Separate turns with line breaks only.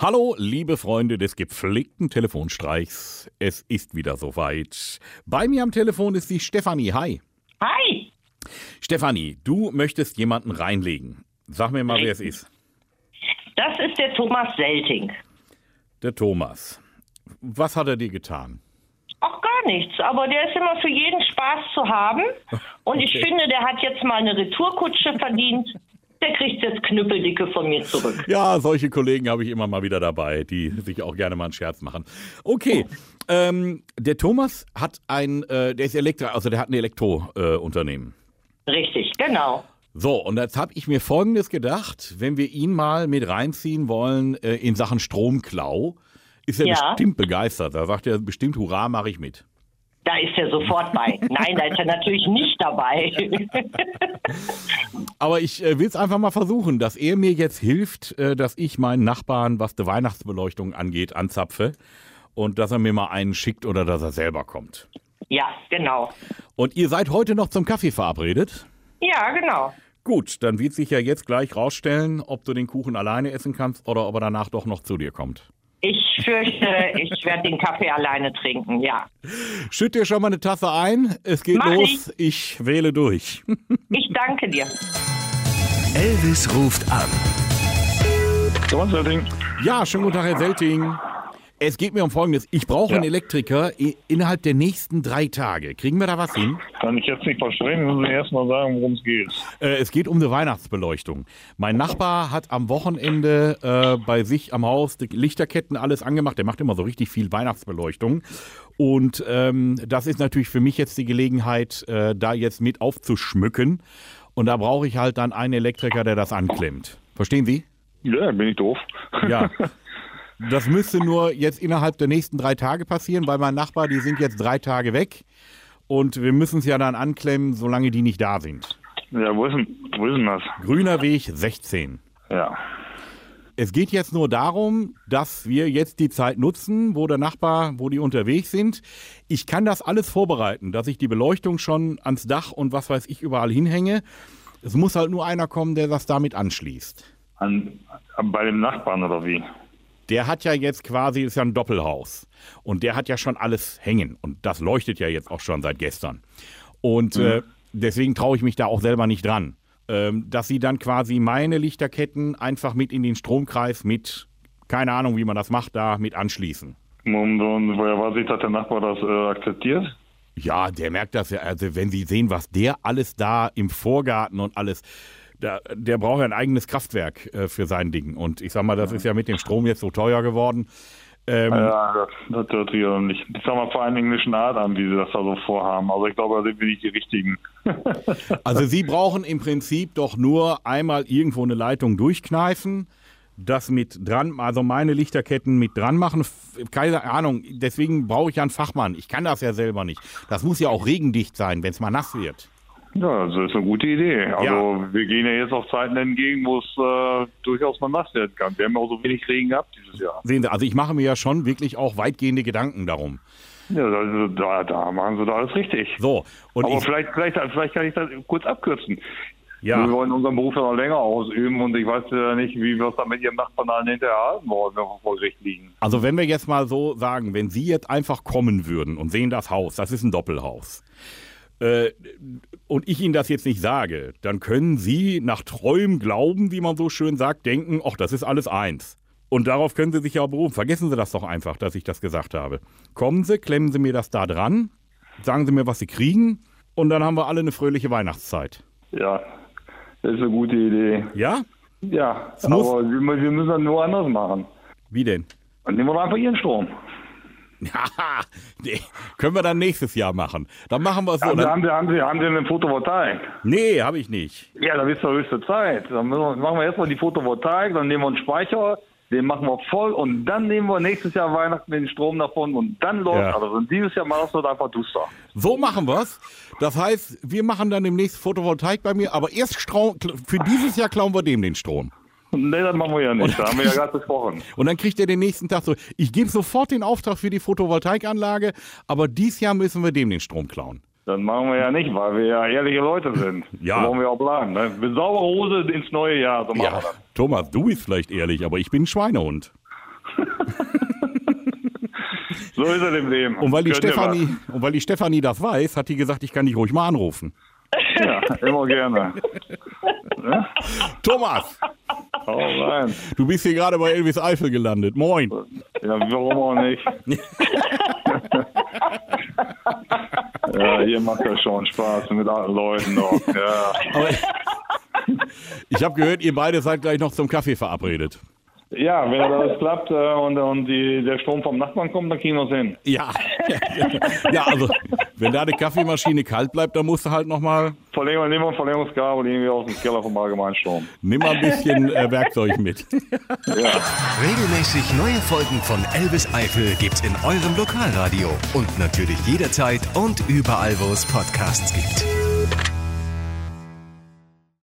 Hallo, liebe Freunde des gepflegten Telefonstreichs. Es ist wieder soweit. Bei mir am Telefon ist die Stefanie. Hi.
Hi,
Stefanie, du möchtest jemanden reinlegen. Sag mir mal, wer es ist.
das ist der Thomas Selting.
Der Thomas. Was hat er dir getan?
Auch gar nichts, aber der ist immer für jeden Spaß zu haben. Und ich
Okay.
finde, der hat jetzt mal eine Retourkutsche verdient. Der kriegt jetzt Knüppeldicke von mir zurück.
Ja, solche Kollegen habe ich immer mal wieder dabei, die sich auch gerne mal einen Scherz machen. Okay, ähm, der Thomas hat ein, äh, der ist Elektro, also der hat ein Elektrounternehmen. Äh, Unternehmen.
Richtig, genau.
so, und jetzt habe ich mir Folgendes gedacht, wenn wir ihn mal mit reinziehen wollen äh, in Sachen Stromklau, ist er
Ja.
bestimmt begeistert. Da sagt er bestimmt, hurra, mache ich mit.
Da ist er sofort bei. Nein, da ist er natürlich nicht dabei.
Aber ich äh, will es einfach mal versuchen, dass er mir jetzt hilft, äh, dass ich meinen Nachbarn, was die Weihnachtsbeleuchtung angeht, anzapfe und dass er mir mal einen schickt oder dass er selber kommt.
ja, genau.
Und ihr seid heute noch zum Kaffee verabredet?
Ja, genau.
Gut, dann wird sich ja jetzt gleich rausstellen, ob du den Kuchen alleine essen kannst oder ob er danach doch noch zu dir kommt.
Ich fürchte, ich werde den Kaffee alleine trinken, ja.
Schütt dir schon mal eine Tasse ein, es geht
Mach
los, ich. wähle durch.
Ich danke dir.
Elvis ruft an.
Thomas Sölding.
Ja, schönen guten Tag, Herr Selting. Es geht mir um Folgendes. Ich brauche
Ja.
einen Elektriker i- innerhalb der nächsten drei Tage. Kriegen wir da was hin?
Kann ich jetzt nicht versprechen, müssen Sie erstmal sagen, worum es geht.
Äh, es geht um eine Weihnachtsbeleuchtung. Mein Nachbar hat am Wochenende äh, bei sich am Haus die Lichterketten alles angemacht. Der macht immer so richtig viel Weihnachtsbeleuchtung. Und ähm, das ist natürlich für mich jetzt die Gelegenheit, äh, da jetzt mit aufzuschmücken. Und da brauche ich halt dann einen Elektriker, der das anklemmt. Verstehen Sie?
Ja, bin ich doof.
Ja. Das müsste nur jetzt innerhalb der nächsten drei Tage passieren, weil mein Nachbar, die sind jetzt drei Tage weg. Und wir müssen es ja dann anklemmen, solange die nicht da sind.
Ja, wo ist denn, wo ist denn das?
Grüner Weg 16.
Ja.
Es geht jetzt nur darum, dass wir jetzt die Zeit nutzen, wo der Nachbar, wo die unterwegs sind. Ich kann das alles vorbereiten, dass ich die Beleuchtung schon ans Dach und was weiß ich überall hinhänge. Es muss halt nur einer kommen, der das damit anschließt.
An, bei dem Nachbarn oder wie?
Der hat ja jetzt quasi, ist ja ein Doppelhaus. Und der hat ja schon alles hängen. Und das leuchtet ja jetzt auch schon seit gestern. Und äh, deswegen traue ich mich da auch selber nicht dran. Ähm, dass sie dann quasi meine Lichterketten einfach mit in den Stromkreis mit, keine Ahnung, wie man das macht, da mit anschließen.
Und, und woher weiß ich, dass der Nachbar das äh, akzeptiert?
Ja, der merkt das ja. Also, wenn Sie sehen, was der alles da im Vorgarten und alles. Der, der braucht ja ein eigenes Kraftwerk äh, für sein Ding. Und ich sag mal, das ist ja mit dem Strom jetzt so teuer geworden. Ähm,
Ja, das, das hört sich ja nicht. Ich sag mal vor allem englischen Art an, wie sie das da so vorhaben. Also ich glaube, da sind wir nicht die richtigen.
Also Sie brauchen im Prinzip doch nur einmal irgendwo eine Leitung durchkneifen, das mit dran, also meine Lichterketten mit dran machen. F- Keine Ahnung, deswegen brauche ich ja einen Fachmann. Ich kann das ja selber nicht. Das muss ja auch regendicht sein, wenn es mal nass wird.
Ja, das ist eine gute Idee. Also wir gehen ja jetzt auf Zeiten entgegen, wo es äh, durchaus mal nass werden kann. Wir haben auch so wenig Regen gehabt dieses Jahr.
Sehen Sie, also ich mache mir ja schon wirklich auch weitgehende Gedanken darum.
Ja, da, da, da machen sie da alles richtig.
So, und
Aber
ich,
vielleicht, vielleicht, vielleicht kann ich das kurz abkürzen.
ja,
Wir wollen unseren Beruf ja noch länger ausüben und ich weiß ja nicht, wie wir es dann mit Ihrem Nachbarn allen hinterher halten wollen, wenn wir vor Gericht liegen.
also wenn wir jetzt mal so sagen, wenn Sie jetzt einfach kommen würden und sehen das Haus, das ist ein Doppelhaus. Äh, und ich Ihnen das jetzt nicht sage, dann können Sie nach treuem Glauben, wie man so schön sagt, denken, ach, das ist alles eins. Und darauf können Sie sich ja berufen. Vergessen Sie das doch einfach, dass ich das gesagt habe. Kommen Sie, klemmen Sie mir das da dran, sagen Sie mir, was Sie kriegen, und dann haben wir alle eine fröhliche Weihnachtszeit.
Ja, das ist eine gute Idee.
Ja?
Ja,
muss-
aber wir, mü- wir müssen das nur anders machen.
Wie denn?
Dann nehmen wir doch einfach Ihren Strom.
Haha, nee, können wir dann nächstes Jahr machen. Dann machen wir es so.
Haben Sie,
Dann,
haben, Sie, haben, Sie, haben Sie eine Photovoltaik?
nee, habe ich nicht.
Ja, dann ist doch höchste Zeit. Dann müssen wir, machen wir erstmal die Photovoltaik, dann nehmen wir einen Speicher, den machen wir voll und dann nehmen wir nächstes Jahr Weihnachten den Strom davon und dann läuft
Ja.
alles. Und dieses Jahr machst du das einfach duster.
So machen wir's. Das heißt, wir machen dann demnächst Photovoltaik bei mir, aber erst Strom, für dieses Jahr klauen wir dem den Strom.
Nee, das machen wir ja nicht. Da haben wir ja gerade besprochen.
Und dann kriegt er den nächsten Tag so, ich gebe sofort den Auftrag für die Photovoltaikanlage, aber dieses Jahr müssen wir dem den Strom klauen.
Das machen wir ja nicht, weil wir ja ehrliche Leute sind.
Ja.
Da wollen wir auch bleiben. Ne? Mit saurer Hose ins neue Jahr, so machen wir das.
Thomas, du bist vielleicht ehrlich, aber ich bin ein Schweinehund.
so ist er dem Leben.
Und weil, die
Könnt ihr
Stefanie, und weil die Stefanie das weiß, hat die gesagt, ich kann dich ruhig mal anrufen.
was? Ja, immer gerne.
Thomas,
Hau rein.
du bist hier gerade bei Elvis Eifel gelandet. Moin.
Ja, warum auch nicht? ja, hier macht das schon Spaß mit alten Leuten noch. Ja,
Aber ich habe gehört, ihr beide seid gleich noch zum Kaffee verabredet.
ja wenn das alles klappt äh, und, und die, der Strom vom Nachbarn kommt, dann kriegen wir es hin.
Ja. ja, also wenn da eine Kaffeemaschine kalt bleibt, dann musst du halt nochmal,
Verlänger, nehmen wir ein Verlängerungskabel irgendwie aus dem Keller vom Allgemeinstrom.
nimm mal ein bisschen äh, Werkzeug mit.
Ja.
Regelmäßig neue Folgen von Elvis Eifel gibt's in eurem Lokalradio und natürlich jederzeit und überall, wo es Podcasts gibt.